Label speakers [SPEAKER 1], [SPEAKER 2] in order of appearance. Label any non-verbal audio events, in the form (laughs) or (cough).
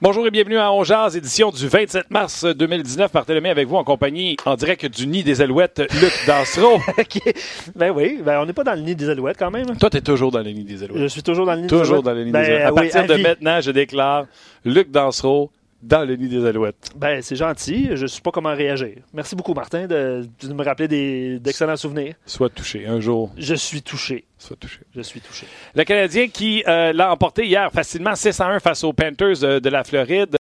[SPEAKER 1] Bonjour et bienvenue à Ongears, édition du 27 mars 2019. Barthélemé avec vous en compagnie en direct du nid des Alouettes, Luc Dansereau.
[SPEAKER 2] OK. Ben oui, ben on n'est pas dans le nid des alouettes quand
[SPEAKER 1] (laughs)
[SPEAKER 2] même. hein.
[SPEAKER 1] Toi, t'es toujours dans le nid des Alouettes.
[SPEAKER 2] Je suis toujours dans le nid des
[SPEAKER 1] Toujours
[SPEAKER 2] alouettes.
[SPEAKER 1] dans le nid
[SPEAKER 2] Ben,
[SPEAKER 1] des Alouettes. À
[SPEAKER 2] oui,
[SPEAKER 1] partir de
[SPEAKER 2] vie.
[SPEAKER 1] maintenant, je déclare Luc Dansereau dans le nid des Alouettes.
[SPEAKER 2] Ben c'est gentil, je ne sais pas comment réagir. Merci beaucoup Martin de, de me rappeler des- d'excellents souvenirs.
[SPEAKER 1] Sois touché. Un jour,
[SPEAKER 2] Je suis touché,
[SPEAKER 1] sois touché.
[SPEAKER 2] je suis touché.
[SPEAKER 1] Le Canadien qui euh, l'a emporté hier facilement 6 à 1 face aux Panthers euh, de la Floride.